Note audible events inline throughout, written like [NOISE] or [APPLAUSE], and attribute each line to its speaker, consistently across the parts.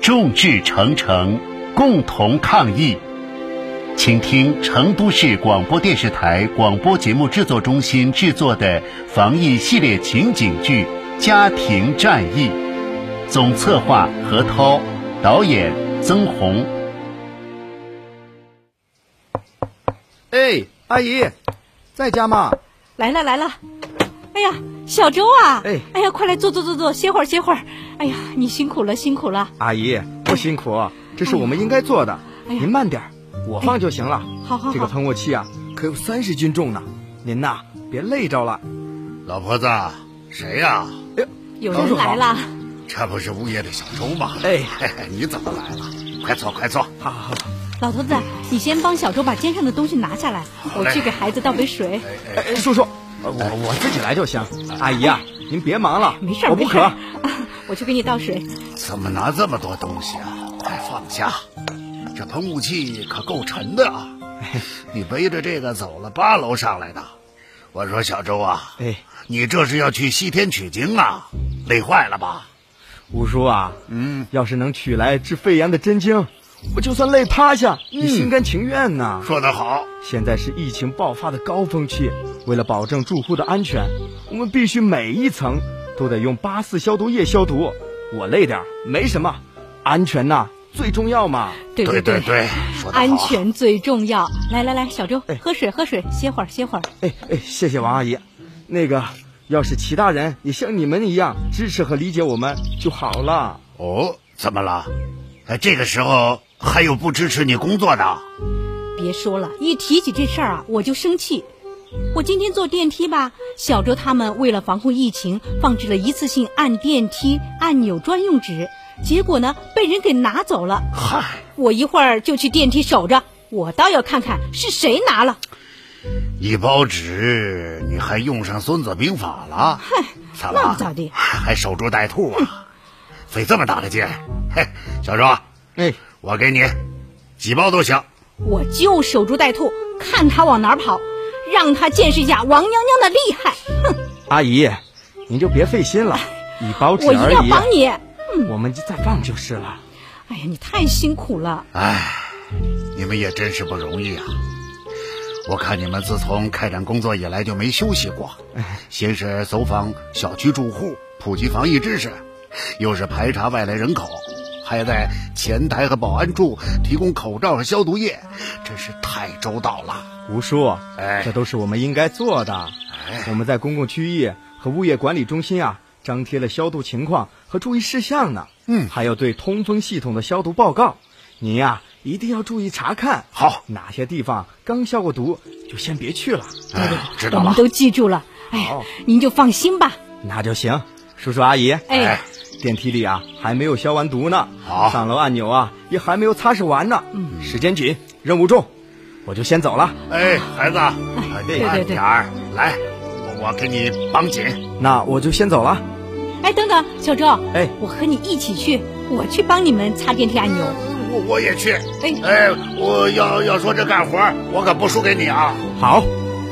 Speaker 1: 众志成城，共同抗疫。请听成都市广播电视台广播节目制作中心制作的防疫系列情景剧《家庭战役》，总策划何涛，导演曾红。
Speaker 2: 哎，阿姨，在家吗？
Speaker 3: 来了来了，哎呀，小周啊，
Speaker 2: 哎
Speaker 3: 哎呀，快来坐坐坐坐，歇会儿歇会儿。哎呀，你辛苦了辛苦了。
Speaker 2: 阿姨，不辛苦，这是我们应该做的。
Speaker 3: 哎呀哎
Speaker 2: 您慢点儿，我放就行了。
Speaker 3: 好好好
Speaker 2: 这个喷雾器啊，可有三十斤重呢。您呐，别累着了。
Speaker 4: 老婆子，谁呀、
Speaker 2: 哎
Speaker 3: 有
Speaker 2: 呦，叔
Speaker 3: 人
Speaker 2: 叔好
Speaker 3: 来了，
Speaker 4: 这不是物业的小周吗？
Speaker 2: 哎
Speaker 4: 嘿嘿，你怎么来了？快坐，快坐。
Speaker 2: 好好好，
Speaker 3: 老头子，你先帮小周把肩上的东西拿下来，我
Speaker 4: 嘞
Speaker 3: 去给孩子倒杯水。
Speaker 2: 哎哎，叔叔，呃我我自己来就行。阿姨啊，您别忙了，
Speaker 3: 哎没事儿
Speaker 2: 我不
Speaker 3: 没事
Speaker 2: 渴
Speaker 3: 儿。，我去给你倒水。
Speaker 4: 怎么拿这么多东西啊？快放下！这喷雾器可够沉的
Speaker 3: [LAUGHS]
Speaker 4: 啊！你背着这个走了八楼上来的。我说小周啊，
Speaker 2: 哎，
Speaker 4: 你这是要去西天取经啊？累坏了吧？
Speaker 2: 五叔啊，嗯，要是能取来治肺炎的真经，我就算累趴下，也心甘情愿呐。
Speaker 4: 说得好，
Speaker 2: 现在是疫情爆发的高峰期，为了保证住户的安全，我们必须每一层都得用八四消毒液消毒。我累点儿没什么，安全呐、最重要嘛。
Speaker 3: 对
Speaker 4: 对
Speaker 3: 对，
Speaker 4: 对，说得好。啊
Speaker 3: 安。全最重要。来来来，小周
Speaker 2: 哎，
Speaker 3: 喝水喝水，歇会儿歇会儿。
Speaker 2: 哎哎，谢谢王阿姨。那个，要是其他人也像你们一样支持和理解我们就好了。
Speaker 4: 哦，怎么了？哎，这个时候还有不支持你工作的？
Speaker 3: 别说了，一提起这事儿啊，我就生气。我今天坐电梯吧，小周他们为了防控疫情，放置了一次性按电梯按钮专用纸，结果呢被人给拿走了。
Speaker 4: 嗨。
Speaker 3: 我一会儿就去电梯守着，我倒要看看是谁拿了。
Speaker 4: 一包纸，你还用上《孙子兵法》了？怎么
Speaker 3: 那咋地
Speaker 4: [LAUGHS] 还守株待兔
Speaker 3: [LAUGHS]
Speaker 4: 啊？费这么大的劲！嘿，小周，啊
Speaker 2: 哎，
Speaker 4: 我给你几包都行。
Speaker 3: 我就守株待兔，看他往哪儿跑，让他见识一下王娘娘的厉害。
Speaker 2: 阿姨，您就别费心了，一包纸
Speaker 3: 哎我一定
Speaker 2: 而
Speaker 3: 要
Speaker 2: 已，啊
Speaker 3: 帮你。
Speaker 2: 我们再放就是了。
Speaker 3: 哎呀，你太辛苦了。
Speaker 4: 哎你们也真是不容易啊！我看你们自从开展工作以来就没休息过，先是走访小区住户，普及防疫知识，又是排查外来人口，还在前台和保安处提供口罩和消毒液，真是太周到了。
Speaker 2: 吴叔，
Speaker 4: 哎
Speaker 2: 这都是我们应该做的。我们在公共区域和物业管理中心啊，张贴了消毒情况和注意事项呢。
Speaker 4: 嗯
Speaker 2: 还有对通风系统的消毒报告。您呀、一定要注意查看，
Speaker 4: 好
Speaker 2: 哪些地方刚消过毒，就先别去了。
Speaker 4: 哎，知
Speaker 3: 我
Speaker 4: 道
Speaker 3: 们
Speaker 4: 了。
Speaker 3: 都记住了。哎呀
Speaker 2: 好，
Speaker 3: 您就放心吧。
Speaker 2: 那就行，叔叔阿姨。
Speaker 3: 哎，
Speaker 2: 电梯里啊还没有消完毒呢，
Speaker 4: 好
Speaker 2: 上楼按钮啊也还没有擦拭完呢。嗯，时间紧，任务重，我就先走了。
Speaker 4: 哎，孩子，哎
Speaker 2: 对
Speaker 4: 慢
Speaker 3: 啊对对
Speaker 4: 点儿，来，我我给你绑紧。
Speaker 2: 那我就先走了。
Speaker 3: 哎，等等，小周，
Speaker 2: 哎
Speaker 3: 我和你一起去，我去帮你们擦电梯按钮。
Speaker 4: 我我也去。
Speaker 3: 哎
Speaker 4: 哎，我要要说这干活儿，我可不输给你啊！
Speaker 2: 好，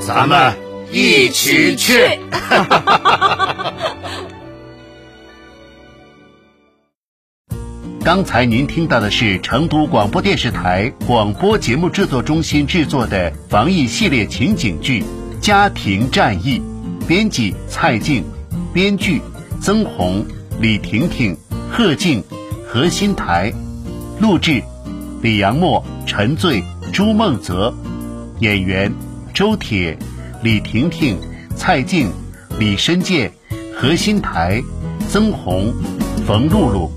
Speaker 4: 咱们一起去。
Speaker 1: 刚才您听到的是成都广播电视台广播节目制作中心制作的防疫系列情景剧《家庭战役》，编辑蔡静，编剧曾红、李婷婷、贺静、何新台，录制李阳墨、陈醉、朱梦泽，演员周铁、李婷婷、蔡静、李申健、何新台、曾红、冯露露。